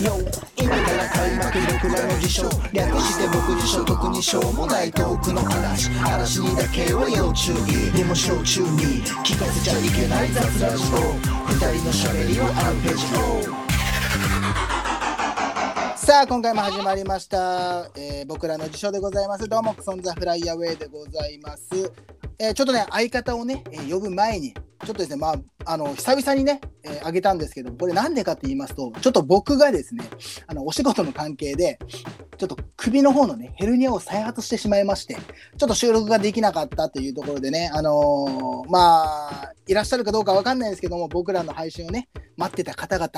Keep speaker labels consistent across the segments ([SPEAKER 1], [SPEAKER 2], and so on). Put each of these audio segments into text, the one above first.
[SPEAKER 1] Yo 今から買う負け僕らの自称略して僕自称特にしょうもない遠くの話嵐にだけは要注意でも焼酎に聞かせちゃいけない雑ラジオ二人のしゃべりはアンページさあ今回も始まりました、えー僕らの自称でございますどうもクソンザフライヤーウェイでございます、えーちょっとね相方をね、えー呼ぶ前にちょっとですねまああの久々にね、えーあげたんですけどこれなんでかって言いますとちょっと僕がですねあのお仕事の関係でちょっと首の方のねヘルニアを再発してしまいましてちょっと収録ができなかったというところでねあのーまあいらっしゃるかどうかわかんないですけども僕らの配信をね待ってた方々、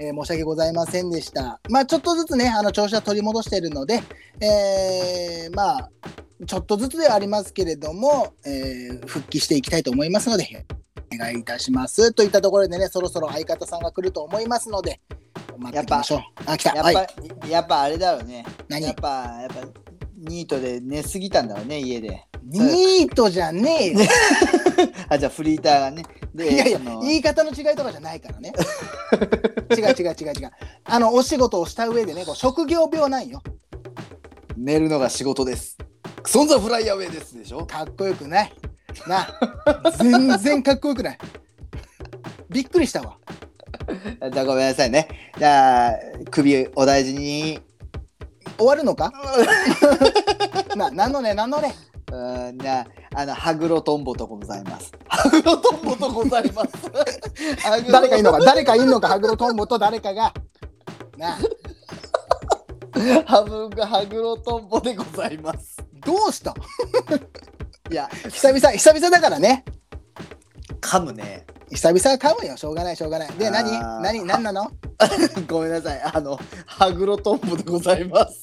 [SPEAKER 1] えー申し訳ございませんでしたまあちょっとずつねあの調子は取り戻しているのでえーまあちょっとずつではありますけれども、えー復帰していきたいと思いますのでお願いいたしますといったところでねそろそろ相方さんが来ると思いますので待っていきましょうあ来た
[SPEAKER 2] やっぱ、
[SPEAKER 1] はい
[SPEAKER 2] やっぱあれだろうね。
[SPEAKER 1] 何
[SPEAKER 2] やっぱ、やっぱ、ニートで寝すぎたんだろうね、家で。
[SPEAKER 1] ニートじゃねえよ。
[SPEAKER 2] あ、じゃあフリーターがね。で、
[SPEAKER 1] いやいや
[SPEAKER 2] あ、の
[SPEAKER 1] 言い方の違いとかじゃないからね。違う違う違う違う。あの、お仕事をした上でね、こう職業病なんよ。
[SPEAKER 3] 寝るのが仕事です。クソンザフライヤーウェイですでしょ
[SPEAKER 1] かっこよくない。な、全然かっこよくない。びっくりしたわ。
[SPEAKER 2] じゃあごめんなさいね。じゃあ、首お大事に。
[SPEAKER 1] 終わるのか な、なのね、なのね。
[SPEAKER 2] うん、じゃあ、あの、ハグロトンボとございます。
[SPEAKER 3] ハグロトンボとござい ます。ハグロ
[SPEAKER 1] 誰かいんのか、誰かいんのか、ハグロトンボと誰かが。な、
[SPEAKER 3] ハブハグロトンボでございます。
[SPEAKER 1] どうした
[SPEAKER 2] いや、
[SPEAKER 1] 久々、久々だからね。
[SPEAKER 2] 噛むね。
[SPEAKER 1] 久々かむよ、しょうがない、しょうがない。で、何
[SPEAKER 2] あー
[SPEAKER 1] 何何なの
[SPEAKER 2] ごめんなさい。あ の、ハグロトンボでございます。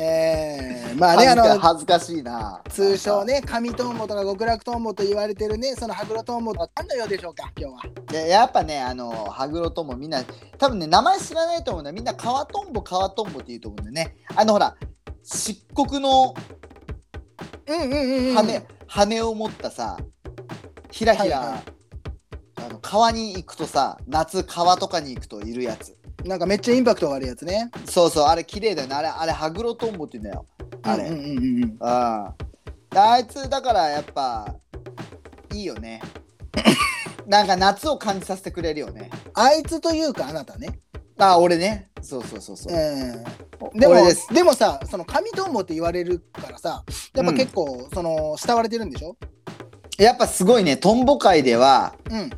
[SPEAKER 1] えー、まあ
[SPEAKER 2] あ
[SPEAKER 1] ね、
[SPEAKER 2] れ、
[SPEAKER 1] あ
[SPEAKER 2] あ
[SPEAKER 1] の、
[SPEAKER 2] の、恥ずかしいな。
[SPEAKER 1] 通称。ね、神トンボとか極楽トンボと言われてるね、その白露トンボとか何のようでしょうか、今日は。
[SPEAKER 2] ややっぱねあのハグロトンボみんな多分ね名前知らないと思うんだよみんな川トンボ川トンボって言うと思うんだよねあのほら漆黒の
[SPEAKER 1] うんうんう
[SPEAKER 2] 羽,、羽を持ったさひらひら、
[SPEAKER 1] はいは
[SPEAKER 2] あの川に行くとさ夏川とかに行くといるやつ
[SPEAKER 1] なんかめっちゃインパクトがあるやつね。
[SPEAKER 2] そうそうあれ綺麗だよねあれあれハグロトンボって言うんだよあれ、
[SPEAKER 1] う
[SPEAKER 2] うん
[SPEAKER 1] うん
[SPEAKER 2] ん、
[SPEAKER 1] うんうん。
[SPEAKER 2] あいつだからやっぱいいよね なんか夏を感じさせてくれるよね
[SPEAKER 1] あいつというか、あなたね。
[SPEAKER 2] あ俺ねそうそうそうそう、
[SPEAKER 1] うん。でも
[SPEAKER 2] 俺です、
[SPEAKER 1] でもさ、その神トンボって言われるからさ、やっぱ
[SPEAKER 2] うん
[SPEAKER 1] 結構、その、慕われてるんでしょ
[SPEAKER 2] やっぱすごいねトンボ界では
[SPEAKER 1] うん。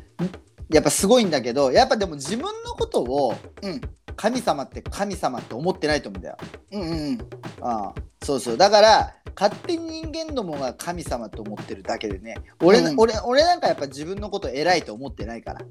[SPEAKER 2] やっぱすごいんだけどやっぱでも自分のことを
[SPEAKER 1] うん。
[SPEAKER 2] 神様って神様って思ってないと思うんだよ。
[SPEAKER 1] うんうんうん。
[SPEAKER 2] ああそうそうだから勝手に人間どもが神様と思ってるだけでね俺,、
[SPEAKER 1] うん
[SPEAKER 2] 俺俺なんかやっぱ自分のこと偉いと思ってないから、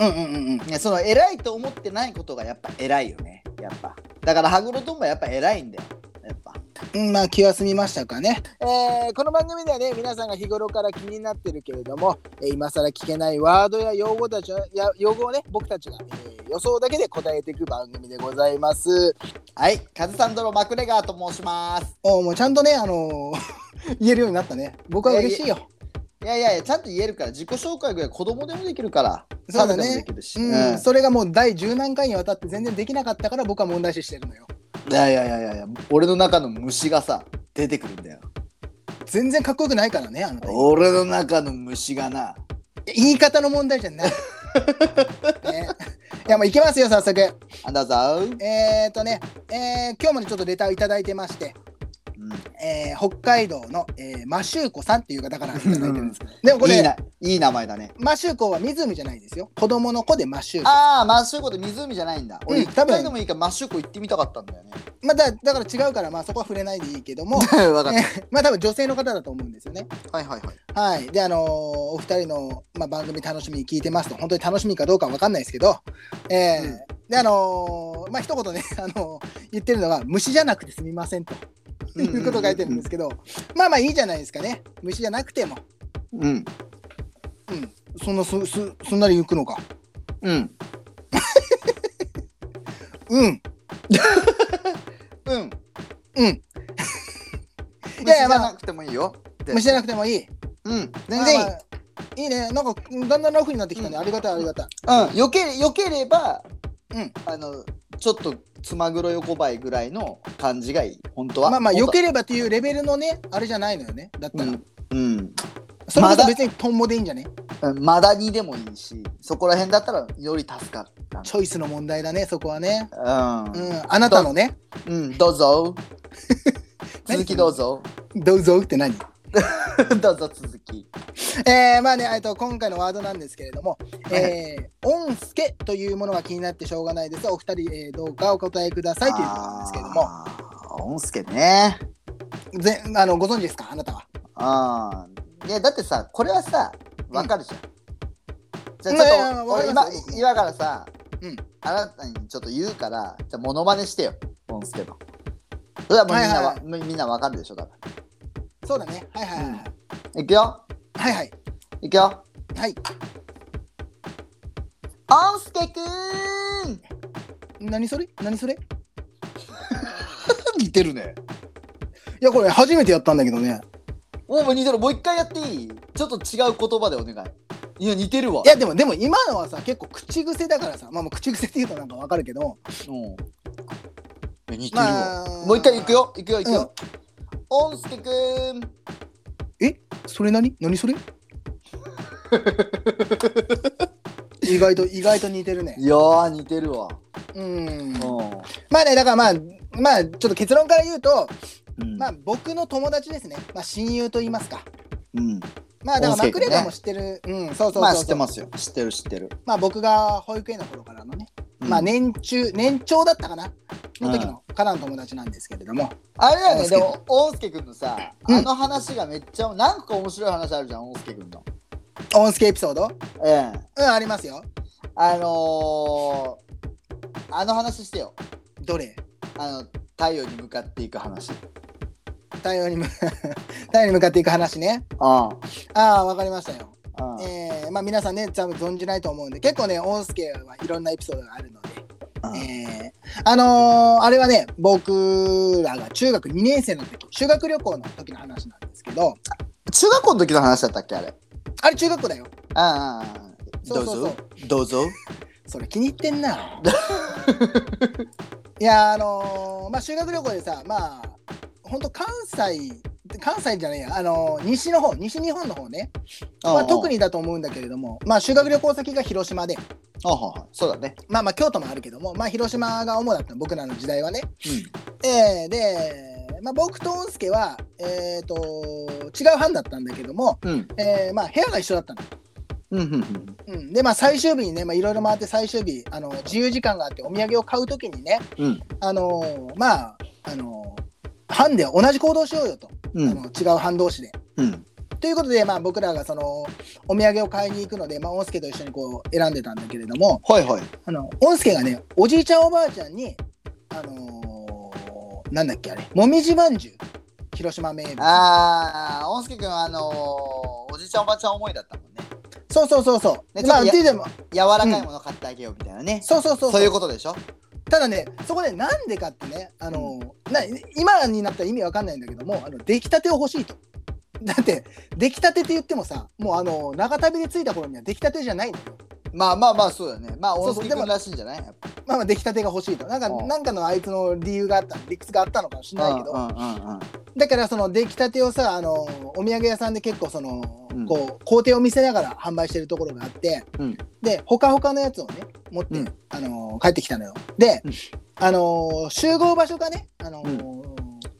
[SPEAKER 1] うんうんうんうん。
[SPEAKER 2] ね、その偉いと思ってないことがやっぱ偉いよねやっぱだからハグロトンボはやっぱ偉いんだよやっぱ
[SPEAKER 1] うんまあ気は済みましたかね、えーこの番組ではね皆さんが日頃から気になってるけれども、えー今更聞けないワードや用語たちをや用語をね僕たちが、えー予想だけで答えていく番組でございます
[SPEAKER 2] はいカズサンドロ・マクレガーと申します
[SPEAKER 1] おーもうちゃんとねあのー 言えるようになったね僕は嬉しいよ
[SPEAKER 2] いやいやいやちゃんと言えるから自己紹介ぐらい子供でもできるから
[SPEAKER 1] そうだ
[SPEAKER 2] 猿でも
[SPEAKER 1] ね
[SPEAKER 2] できるし、
[SPEAKER 1] うん、
[SPEAKER 2] うん
[SPEAKER 1] それがもう第十何回にわたって全然できなかったから僕は問題視してるのよ
[SPEAKER 2] いやいやいやいやいや俺の中の虫がさ出てくるんだよ
[SPEAKER 1] 全然かっこよくないからねあの
[SPEAKER 2] 俺の中の虫がな
[SPEAKER 1] 言い方の問題じゃ ない、ね、いやもういきますよ早速
[SPEAKER 2] あだざう、
[SPEAKER 1] えーとね、えー今日もねちょっとレターをいただいてまして、
[SPEAKER 2] うん、
[SPEAKER 1] えー北海道の、えーマシューコさんっていう方からいただいてるんですけど、でもこ
[SPEAKER 2] いい
[SPEAKER 1] れ
[SPEAKER 2] な、いい名前だね。
[SPEAKER 1] マシューコは湖じゃないですよ。子供の子でマシューコ。
[SPEAKER 2] ああ、マッシューコって湖じゃないんだ。
[SPEAKER 1] う
[SPEAKER 2] 俺、
[SPEAKER 1] ん
[SPEAKER 2] 一
[SPEAKER 1] 多分
[SPEAKER 2] 回でもいいからマッシューコ行ってみたかったんだよね。
[SPEAKER 1] まあ、だだから違うから、まあそこは触れないでいいけど も、
[SPEAKER 2] わか
[SPEAKER 1] ったまあ多分女性の方だと思うんですよね。
[SPEAKER 2] た。はいはいは
[SPEAKER 1] は
[SPEAKER 2] い。
[SPEAKER 1] い。で、あのーお二人の、まあ、番組楽しみに聞いてますと、本当に楽しみかどうかわかんないですけど、えー
[SPEAKER 2] うん
[SPEAKER 1] で、あのーまあ一言ね、 あのー言ってるのが、虫じゃなくてすみませんと いうことを書いてるんですけど、まあまあいいじゃないですかね。虫じゃなくても。
[SPEAKER 2] うん。
[SPEAKER 1] うん、そんなすすすんなり行くのか。
[SPEAKER 2] うん。
[SPEAKER 1] うん、
[SPEAKER 2] うん。
[SPEAKER 1] うん、
[SPEAKER 2] 虫
[SPEAKER 1] い
[SPEAKER 2] じ
[SPEAKER 1] やいや
[SPEAKER 2] ゃ
[SPEAKER 1] まあ
[SPEAKER 2] なくてもいいよ。
[SPEAKER 1] 虫じゃな
[SPEAKER 2] く
[SPEAKER 1] くてもいい。
[SPEAKER 2] うん。
[SPEAKER 1] 全
[SPEAKER 2] 全
[SPEAKER 1] 然いい。
[SPEAKER 2] 然いい。
[SPEAKER 1] いいね、なんかだんだん楽になってきたね。
[SPEAKER 2] うん
[SPEAKER 1] ありがたいありがたい。
[SPEAKER 2] うん。よけ、よければ、
[SPEAKER 1] うん
[SPEAKER 2] あのちょっとつまぐろ横ばいぐらいの感じがいい本当は
[SPEAKER 1] まあまあ良
[SPEAKER 2] 本
[SPEAKER 1] ければっていうレベルのねあれじゃないのよねだっ
[SPEAKER 2] 当
[SPEAKER 1] たら、
[SPEAKER 2] はうん、
[SPEAKER 1] それこ
[SPEAKER 2] まだ
[SPEAKER 1] そ別にトンボでいいんじゃね
[SPEAKER 2] うん、マダニでもいいしそこら辺だったらより助かる
[SPEAKER 1] チョイスの問題だねそこはねう
[SPEAKER 2] うん
[SPEAKER 1] あなたのね
[SPEAKER 2] ん、うん、どうぞ 続きどうぞ
[SPEAKER 1] どうぞって何
[SPEAKER 2] どうぞ続き
[SPEAKER 1] えー、まあね、えっと、今回のワードなんですけれども、
[SPEAKER 2] はいは
[SPEAKER 1] えー、音助というものが気になってしょうがないです。お二人、えー、どうかお答えくださいということなんですけれども、
[SPEAKER 2] も音助ね
[SPEAKER 1] ぜあのご存知ですか、あなたは。
[SPEAKER 2] ああいやだってさこれはさわかるじゃん、じゃ
[SPEAKER 1] いやい
[SPEAKER 2] あ
[SPEAKER 1] やいや
[SPEAKER 2] ちょっと
[SPEAKER 1] わか
[SPEAKER 2] 俺
[SPEAKER 1] り
[SPEAKER 2] 今
[SPEAKER 1] ますよ
[SPEAKER 2] 今からさ、
[SPEAKER 1] うん
[SPEAKER 2] あなたにちょっと言うからじゃあモノマネしてよモンスケのそれはもうみんなわ、
[SPEAKER 1] はい
[SPEAKER 2] みみんなわかるでしょだか
[SPEAKER 1] そうだね。はいはいはい、
[SPEAKER 2] らいくよ
[SPEAKER 1] はいはい
[SPEAKER 2] いくよ
[SPEAKER 1] はい。
[SPEAKER 2] 音助くーん
[SPEAKER 1] 何それ？何それ？い
[SPEAKER 2] 似てるね
[SPEAKER 1] やこれ初めてやったんだけどね。
[SPEAKER 2] おお似てるもう一回やっていいちょっと違う言葉でお願いいや似てるわ
[SPEAKER 1] いやでもでも今のはさ結構口癖だからさ、まあもう口癖っていうとなんかわかるけど、
[SPEAKER 2] うんいや似てるわ、
[SPEAKER 1] まあ
[SPEAKER 2] もう一回いく。よいくよいくよ、音助くーん
[SPEAKER 1] それ何？何 それ？意外と意外と似てるね。
[SPEAKER 2] いやー似てるわ
[SPEAKER 1] うん。
[SPEAKER 2] うん
[SPEAKER 1] まあね、だからまあ、まあ、ちょっと結論から言うと、
[SPEAKER 2] うん
[SPEAKER 1] まあ、僕の友達ですね。まあ、親友と言いますか。
[SPEAKER 2] うん
[SPEAKER 1] まあ、だから、マ
[SPEAKER 2] 音声
[SPEAKER 1] ク
[SPEAKER 2] 君
[SPEAKER 1] レ
[SPEAKER 2] ね
[SPEAKER 1] ガーも知ってる。うん、そうそうそうそう。
[SPEAKER 2] まあ知ってますよ知ってる知ってる、
[SPEAKER 1] まあ、僕が保育園の頃からのね、まあ、
[SPEAKER 2] ね
[SPEAKER 1] 年中、年長だったかな。の時の、からの友達なんですけれども。
[SPEAKER 2] あれだ
[SPEAKER 1] 音
[SPEAKER 2] よね
[SPEAKER 1] 助
[SPEAKER 2] でも音助くんのさ
[SPEAKER 1] うん
[SPEAKER 2] あの話がめっちゃ何個か面白い話あるじゃん音助くんの
[SPEAKER 1] 音助エピソード
[SPEAKER 2] え
[SPEAKER 1] う
[SPEAKER 2] え
[SPEAKER 1] ん、ありますよ。
[SPEAKER 2] あのー、あの話してよ
[SPEAKER 1] どれ
[SPEAKER 2] あの太陽に向かっていく話
[SPEAKER 1] 太陽にむ 太陽に向かっていく話ね。
[SPEAKER 2] あ
[SPEAKER 1] ああ、わかりましたよ。
[SPEAKER 2] ああ
[SPEAKER 1] えー、まあ、皆さんね、多分存じないと思うんで、結構ね、音助はいろんなエピソードがあるので。
[SPEAKER 2] あ
[SPEAKER 1] えーあのーあれはね僕らが中学2年生の時修学旅行の時の話なんですけど
[SPEAKER 2] 中学校の時の話だったっけあれ
[SPEAKER 1] あれ中学校だよ
[SPEAKER 2] ああああ
[SPEAKER 1] そうそうそう
[SPEAKER 2] どうぞ
[SPEAKER 1] それ気に入ってんな いやあのーまあ修学旅行でさまあほんと関西関西じゃねえや、あのー西の方西日本の方ね、
[SPEAKER 2] どうぞ
[SPEAKER 1] まあ、特
[SPEAKER 2] に
[SPEAKER 1] にだと思うんだけれども、まあ、修学旅行先が広島で
[SPEAKER 2] ああああそうだね
[SPEAKER 1] まあまあ京都もあるけども、まあ、広島が主だった僕らの時代はねえーで、まあ、僕と音助は、えー、と違う班だったんだけども、
[SPEAKER 2] うんうん
[SPEAKER 1] えーまあ、部屋が一緒だったの。
[SPEAKER 2] うんうんうん
[SPEAKER 1] うん、で、まあ、最終日にねまあいろいろ回って最終日あの自由時間があってお土産を買う時にね、
[SPEAKER 2] うん
[SPEAKER 1] あのーまあ、あのー班で同じ行動しようよと、
[SPEAKER 2] う
[SPEAKER 1] あ
[SPEAKER 2] ん
[SPEAKER 1] の違う班同士で。
[SPEAKER 2] うん
[SPEAKER 1] ということで、まあ、僕らがそのお土産を買いに行くので、まあ、音助と一緒にこう選んでたんだけれども
[SPEAKER 2] はいはい
[SPEAKER 1] あの音助がねおじいちゃんおばあちゃんにあのーなんだっけあれもみじまんじゅう広島名物
[SPEAKER 2] ああ、おんすけくん、あのー、おじいちゃんおばあちゃん思いだったもんね。
[SPEAKER 1] そうそうそうそう。
[SPEAKER 2] ね
[SPEAKER 1] まあ、っ
[SPEAKER 2] ち
[SPEAKER 1] て
[SPEAKER 2] ょっと
[SPEAKER 1] いうでも、
[SPEAKER 2] 柔らかいもの買ってあげようみたいなね。
[SPEAKER 1] そうそうそう
[SPEAKER 2] そう
[SPEAKER 1] そ。
[SPEAKER 2] いううことでしょ
[SPEAKER 1] ただね、そこでなんでかってね、あのーな今になったら意味わかんないんだけども、あの出来たてを欲しいと。だって出来たてって言ってもさ、もうあの長旅で着いた頃には出来たてじゃないのよ。
[SPEAKER 2] まあまあまあ、そうだよね。まあ、
[SPEAKER 1] そ
[SPEAKER 2] お
[SPEAKER 1] うんそ
[SPEAKER 2] す
[SPEAKER 1] う
[SPEAKER 2] けくんらしいんじゃない
[SPEAKER 1] まあまあ出来たてが欲しいと。なんか
[SPEAKER 2] うん
[SPEAKER 1] なんかのあいつの理由があった、理屈があったのかもしれないけ
[SPEAKER 2] うん
[SPEAKER 1] ど、
[SPEAKER 2] うんうんうん。
[SPEAKER 1] だからその出来たてをさ、あのーお土産屋さんで結構その、
[SPEAKER 2] うん
[SPEAKER 1] こう工程を見せながら販売してるところがあって、
[SPEAKER 2] うん
[SPEAKER 1] でほかほかのやつをね持って、
[SPEAKER 2] うん
[SPEAKER 1] あのー帰ってきたのよで、
[SPEAKER 2] うん
[SPEAKER 1] あのー集合場所がね、あのー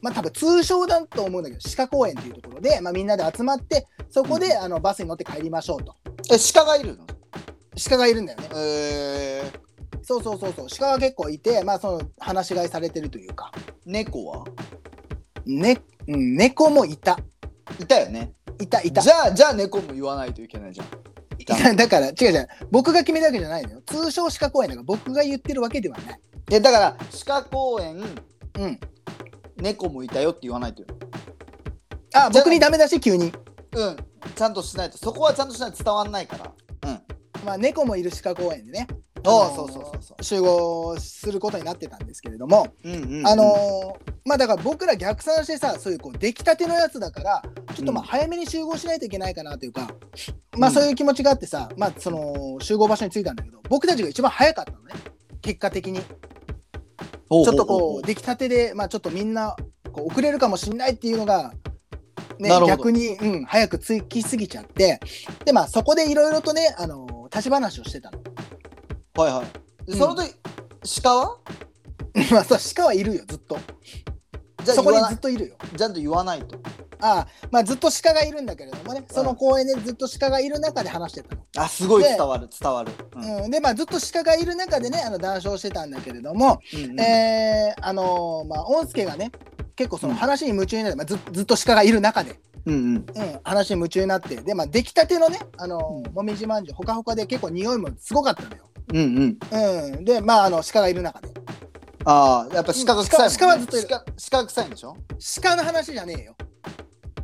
[SPEAKER 1] まあ多分通称だと思うんだけど鹿公園っていうところで、まあ、みんなで集まってそこで、
[SPEAKER 2] う
[SPEAKER 1] あのバスに乗って帰りましょうと
[SPEAKER 2] え、鹿がいるの
[SPEAKER 1] 鹿がいるんだよね
[SPEAKER 2] えー、
[SPEAKER 1] そうそうそうそう鹿が結構いてまあその話し飼いされてるというか、
[SPEAKER 2] 猫は
[SPEAKER 1] ねうん、猫もいた
[SPEAKER 2] いたよね。
[SPEAKER 1] いたいた
[SPEAKER 2] じゃあ、じゃあ猫も言わないといけないじゃん。
[SPEAKER 1] いや だから違う違う僕が決めたわけじゃないのよ通称鹿公園だから僕が言ってるわけではない
[SPEAKER 2] え、だから、鹿公園、
[SPEAKER 1] うん
[SPEAKER 2] 猫もいたよって言わないとよ。
[SPEAKER 1] あ
[SPEAKER 2] じゃあ
[SPEAKER 1] 僕にダメだし急に
[SPEAKER 2] うん。ちゃんとしないと。そこはちゃんとしないと伝わんないから。うん。
[SPEAKER 1] まあ猫もいる鹿公園でね
[SPEAKER 2] あ
[SPEAKER 1] の
[SPEAKER 2] あ、そうそうそうそう。
[SPEAKER 1] 集合することになってたんですけれども、
[SPEAKER 2] うんうん、
[SPEAKER 1] あのーまあだから僕ら逆算してさそういうこう出来たてのやつだからちょっとまあ
[SPEAKER 2] うん
[SPEAKER 1] 早めに集合しないといけないかなというか、まあ
[SPEAKER 2] うん
[SPEAKER 1] そういう気持ちがあってさまあその集合場所に着いたんだけど僕たちが一番早かったのね結果的に
[SPEAKER 2] ほう
[SPEAKER 1] ちょ
[SPEAKER 2] ほ
[SPEAKER 1] っと
[SPEAKER 2] うほう
[SPEAKER 1] こう出来たてで、まあ、ちょっとみんなこう遅れるかもしれないっていうのが、ね
[SPEAKER 2] なるほど、
[SPEAKER 1] 逆に、うん、早くつきすぎちゃってで、まあ、そこでいろいろとねあの立ち話をしてたの。
[SPEAKER 2] はいはい。で
[SPEAKER 1] うん
[SPEAKER 2] その時、鹿は
[SPEAKER 1] まあそう鹿はいるよずっと
[SPEAKER 2] じゃあ
[SPEAKER 1] そ
[SPEAKER 2] 言
[SPEAKER 1] こ
[SPEAKER 2] わ
[SPEAKER 1] に
[SPEAKER 2] な
[SPEAKER 1] ずっ
[SPEAKER 2] い
[SPEAKER 1] といるよ。
[SPEAKER 2] ちゃんと言わないと。
[SPEAKER 1] ああまあずっと鹿がいるんだけれどもねその公園でずっと鹿がいる中で話してたの。
[SPEAKER 2] あ、すごい
[SPEAKER 1] で
[SPEAKER 2] 伝わる、伝わる。うん
[SPEAKER 1] うん、でまあずっと鹿がいる中でねあの談笑してたんだけれども、
[SPEAKER 2] うんうん
[SPEAKER 1] えーあのまあ音助がね結構その話に夢中になって、まあ、ずずっと鹿がいる中で。
[SPEAKER 2] うんう
[SPEAKER 1] う
[SPEAKER 2] ん。
[SPEAKER 1] ん、話に夢中になってで、まあ、出来たてのね、あの
[SPEAKER 2] うん
[SPEAKER 1] もみじまんじゅうほかほかで結構匂いもすごかったのよ、
[SPEAKER 2] うんうん。
[SPEAKER 1] うん、でまああの鹿がいる中で
[SPEAKER 2] ああ、やっぱ鹿が臭いもん、ね。
[SPEAKER 1] 鹿はずっといる
[SPEAKER 2] 鹿鹿が臭いんでしょ
[SPEAKER 1] 鹿の話じゃねえよ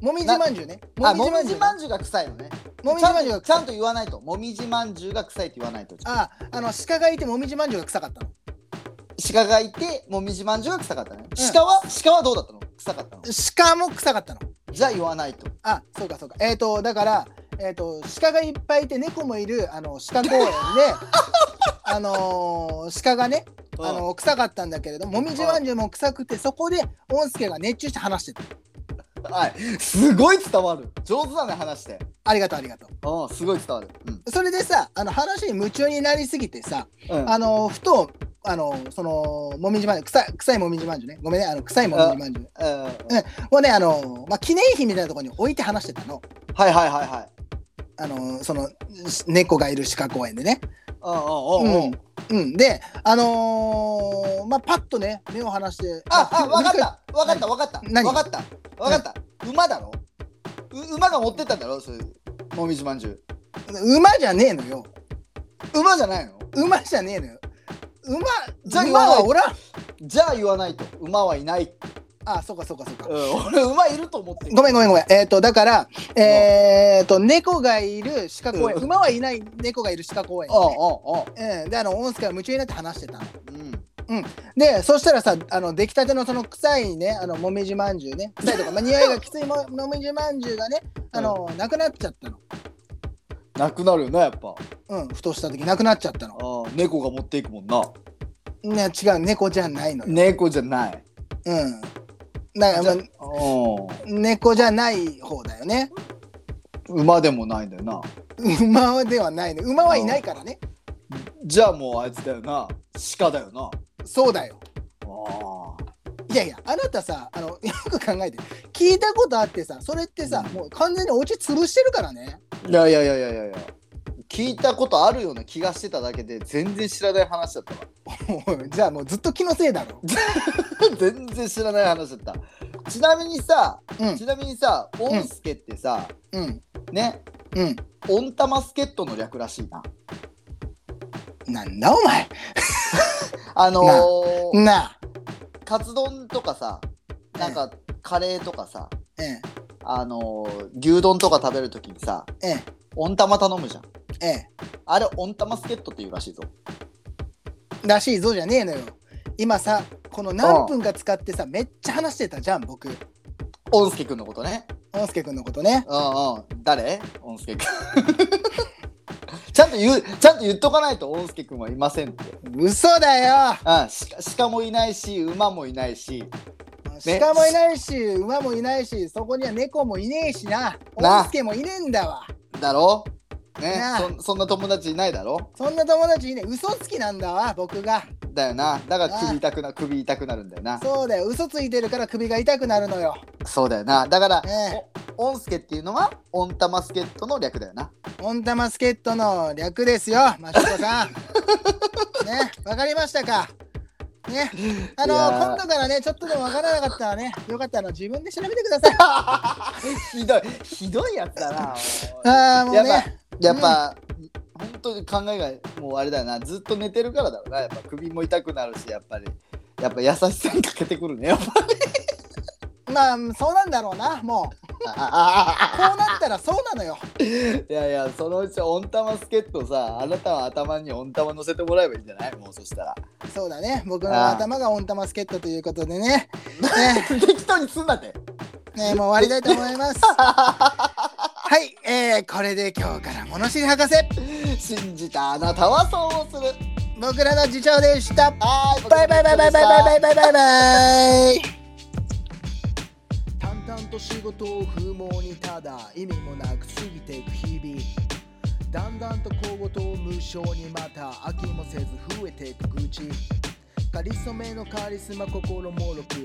[SPEAKER 1] もみじまんじゅうね
[SPEAKER 2] あ、
[SPEAKER 1] もみじまん
[SPEAKER 2] もみ
[SPEAKER 1] じゅ
[SPEAKER 2] じ
[SPEAKER 1] う
[SPEAKER 2] ま
[SPEAKER 1] ね
[SPEAKER 2] んじゅうが臭いのね。
[SPEAKER 1] もみじまんじゅうが
[SPEAKER 2] ちゃんとちゃんと言わないと。もみじまんじゅうが臭いって言わないと。
[SPEAKER 1] ああの鹿がいてもみじまんじゅうが臭かったの
[SPEAKER 2] 鹿がいて、もみじまんじゅうが臭かったね。鹿は、鹿はどうだったの臭かったの。
[SPEAKER 1] 鹿も臭かったの
[SPEAKER 2] じゃあ言わないと。
[SPEAKER 1] あそうかそうかえっ、ー、とだからえっ、と鹿がいっぱいいて猫もいるあの鹿公 園であのー鹿がねあ
[SPEAKER 2] うん
[SPEAKER 1] の臭かったんだけれどもみじまんじゅうも臭くてそこで音助が熱中して話してた
[SPEAKER 2] はい。すごい伝わる。上手だね、話して。
[SPEAKER 1] ありがとうありがとう
[SPEAKER 2] うん、すごい伝わる。うん。
[SPEAKER 1] それでさあの話に夢中になりすぎてさ
[SPEAKER 2] うん、
[SPEAKER 1] あのふとあのそのもみじまんじゅう臭い臭いもみじまんじゅうねごめんねあの臭いもみじまんじゅう
[SPEAKER 2] うんはい
[SPEAKER 1] をねあの、まあ、記念碑みたいなところに置いて話してたの
[SPEAKER 2] はいはいはい。
[SPEAKER 1] あのそのし猫がいる鹿公園でね
[SPEAKER 2] うんうんうんうん。
[SPEAKER 1] うん、うん、であのーまあパッとね目を離して
[SPEAKER 2] あ、あ、
[SPEAKER 1] ま
[SPEAKER 2] わかっ
[SPEAKER 1] 振り返
[SPEAKER 2] た。わかった。わかった。
[SPEAKER 1] 何
[SPEAKER 2] わかった。わかった。馬だろう馬が持ってったんだろそれ。もみじまんじゅう。
[SPEAKER 1] 馬じゃねえのよ
[SPEAKER 2] 馬じゃないの
[SPEAKER 1] 馬じゃねえのよ馬
[SPEAKER 2] じゃあ
[SPEAKER 1] 馬はおらん
[SPEAKER 2] じゃあ言わないと。馬はいない。
[SPEAKER 1] あそうかそうかそうか
[SPEAKER 2] うん、 俺、馬いると思ってる。
[SPEAKER 1] ごめんごめんごめん。えっ、と、だから、えっ、と、猫がいる鹿公園、
[SPEAKER 2] うん
[SPEAKER 1] 馬はいない猫がいる鹿公園、ね。
[SPEAKER 2] う
[SPEAKER 1] うん、で、あの、音助が夢中になって話してたの。
[SPEAKER 2] んうんうん。うん。
[SPEAKER 1] で、そしたらさ、あの、出来たてのその臭いね、あの、もみじまんじゅうね、臭いとか、まあ、匂いがきついももみじまんじゅうがね、あの、なくなっちゃったの。
[SPEAKER 2] なくなるよな、やっぱ。
[SPEAKER 1] うん、ふとした時なくなっちゃったの。
[SPEAKER 2] うん猫が持っていくもんな。
[SPEAKER 1] ね、違う、猫じゃないのよ。
[SPEAKER 2] 猫じゃない。
[SPEAKER 1] うん。だから、まあ
[SPEAKER 2] う
[SPEAKER 1] 猫じゃない方だよね。
[SPEAKER 2] ん。馬でもないんだよな。
[SPEAKER 1] 馬ではないの。馬はいないからね。
[SPEAKER 2] じゃあもうあいつだよな。鹿だよな。
[SPEAKER 1] そうだよ。
[SPEAKER 2] あ
[SPEAKER 1] いやいや、あなたさ、あの、よく考えて、聞いたことあってさ、それってさ、もう完全にお家潰してるからね。
[SPEAKER 2] あ。いやいやいやいやいやいや。聞いたことあるような気がしてただけで全然知らない話だったわ。
[SPEAKER 1] もうじゃあもうずっと気のせいだろ。
[SPEAKER 2] 全然知らない話だった。ちなみにさ、
[SPEAKER 1] うん
[SPEAKER 2] ちなみにさ、オンスケってさ、
[SPEAKER 1] うん、
[SPEAKER 2] ね、
[SPEAKER 1] うん。
[SPEAKER 2] オンタマスケットの略らしいな。
[SPEAKER 1] なんだお前。
[SPEAKER 2] あのー、
[SPEAKER 1] なあ。
[SPEAKER 2] カツ丼とかさ、なんかカレーとかさ、
[SPEAKER 1] ええ、
[SPEAKER 2] あのー、牛丼とか食べるときにさ、
[SPEAKER 1] ええ、
[SPEAKER 2] オンタマ頼むじゃん。
[SPEAKER 1] ええ。
[SPEAKER 2] あれ、オンタマスケットっていうらしいぞ。
[SPEAKER 1] らしいぞじゃねえのよ。今さ、この何分か使ってさ、めっちゃ話してたじゃん、僕。
[SPEAKER 2] オンスケくんのことね。
[SPEAKER 1] おんすけくんのことね。
[SPEAKER 2] うんうん。誰オンスケくん。 ちゃんと言う、ちゃんと言っとかないと、オンスケくんはいませんって。
[SPEAKER 1] 嘘だよ。
[SPEAKER 2] あ鹿鹿もいないし、馬もいないし、ね
[SPEAKER 1] 鹿もいないし、馬もいないし、そこには猫もいねえしな。
[SPEAKER 2] なあ
[SPEAKER 1] おんすけもいねえんだわ。
[SPEAKER 2] だろね
[SPEAKER 1] なあ
[SPEAKER 2] そんそんな友達いないだろ
[SPEAKER 1] そんな友達いねえ。嘘つきなんだわ、僕が。
[SPEAKER 2] だよなだから
[SPEAKER 1] なあ
[SPEAKER 2] 首痛くな首痛くなるんだよな
[SPEAKER 1] そうだよ嘘ついてるから首が痛くなるのよ
[SPEAKER 2] そうだよなだから、
[SPEAKER 1] ね
[SPEAKER 2] おオンスケっていうのはオンタマスケットの略だよな
[SPEAKER 1] 温玉助っ人の略ですよマシコ さんねわかりましたかねあの
[SPEAKER 2] いやー
[SPEAKER 1] 今度からねちょっとでもわからなかったらねよかったら自分で調べてください
[SPEAKER 2] ひどいひどいやつだな
[SPEAKER 1] ああもう
[SPEAKER 2] やっ
[SPEAKER 1] ね
[SPEAKER 2] やっぱ、本当に考えがもうあれだよなずっと寝てるからだろうなやっぱ首も痛くなるしやっぱりやっぱ優しさに欠けてくるねやっぱ
[SPEAKER 1] まあそうなんだろうなもうこ うなったらそうなのよ
[SPEAKER 2] いやいやそのうちオンタマスケットさあなたは頭にオンタマ乗せてもらえばいいんじゃないもうそしたら
[SPEAKER 1] そうだね僕
[SPEAKER 2] あ
[SPEAKER 1] の
[SPEAKER 2] ー
[SPEAKER 1] 頭が温玉助っ人ということでねね
[SPEAKER 2] 適当にすんなって
[SPEAKER 1] ねもう終わりたいと思い ますはい、えー、これで今日から物知り博士
[SPEAKER 2] 信じたあなたはそうする
[SPEAKER 1] 僕僕らの次長でした。
[SPEAKER 2] はーい
[SPEAKER 1] バイバイバイバイバイバイバイバイバイ。淡々と仕事を不毛にただ意味もなく過ぎていく日々だんだんと小言を無償にまた飽きもせず増えていく愚痴かりそめのカリスマ心もろく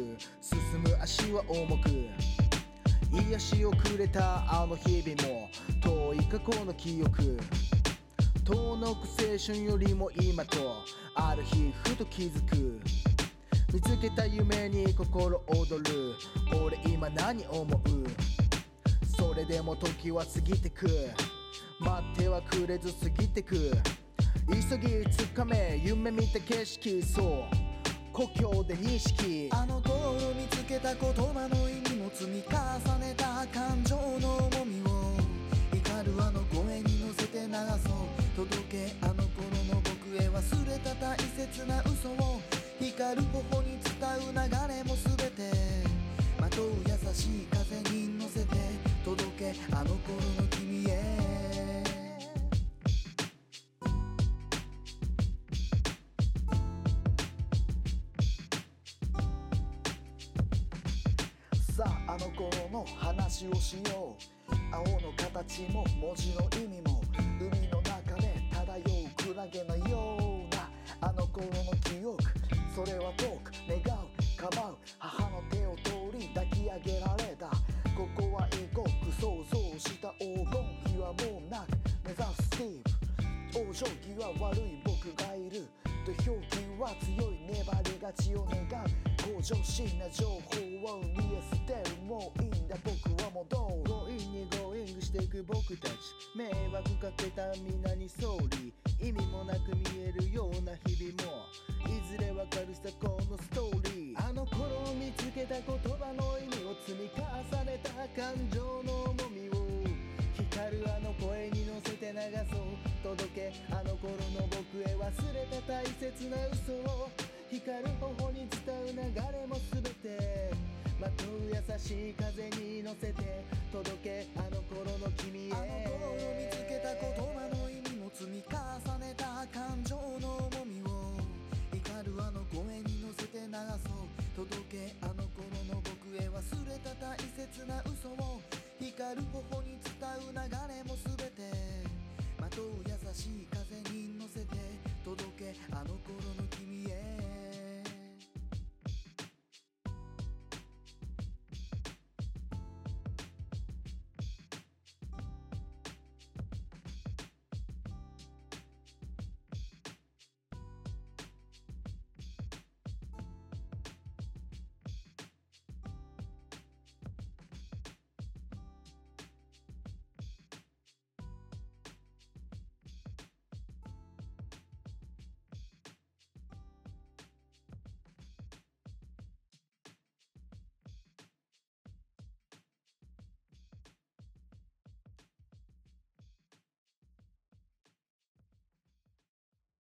[SPEAKER 1] 進む足は重く癒しをくれたあの日々も遠い過去の記憶遠のく青春よりも今とある日ふと気づく見つけた夢に心躍る俺今何思うそれでも時は過ぎてく待ってはくれず過ぎてく急ぎつかめ夢見た景色そう故郷で錦
[SPEAKER 4] あの頃見つけた言葉の意味も積み重ねた感情の重みを怒るあの声に乗せて流そう届けあの頃の僕へ忘れた大切な嘘を光る頬に伝う流れも全てまとう優しい風に乗せて届けあの頃の君へさああの頃の話をしよう青の形も文字の意味も海の中で漂うクラゲのようなあの頃の記憶それは遠く願うかばう母の手を通り抱き上げられたここは異国想像した黄金比はもうなく目指すスティーブ往生際悪い僕がいる土俵際は強い粘り勝ちを願う向上心な情報を見え捨てるもういいんだ僕は戻る
[SPEAKER 1] 強引にゴーイングしていく僕たち迷惑かけた皆に総理意味もなく見えるような日々もいずれわかるさこのストーリーあの頃見つけた言葉の意味を積み重ねた感情の重みを光るあの声に乗せて流そう届けあの頃の僕へ忘れた大切な嘘を光る頬に伝う流れも全てまとう優しい風に乗せて届けあの頃の君へ
[SPEAKER 4] あの頃見つけた言葉の意味も積み重ねた感情の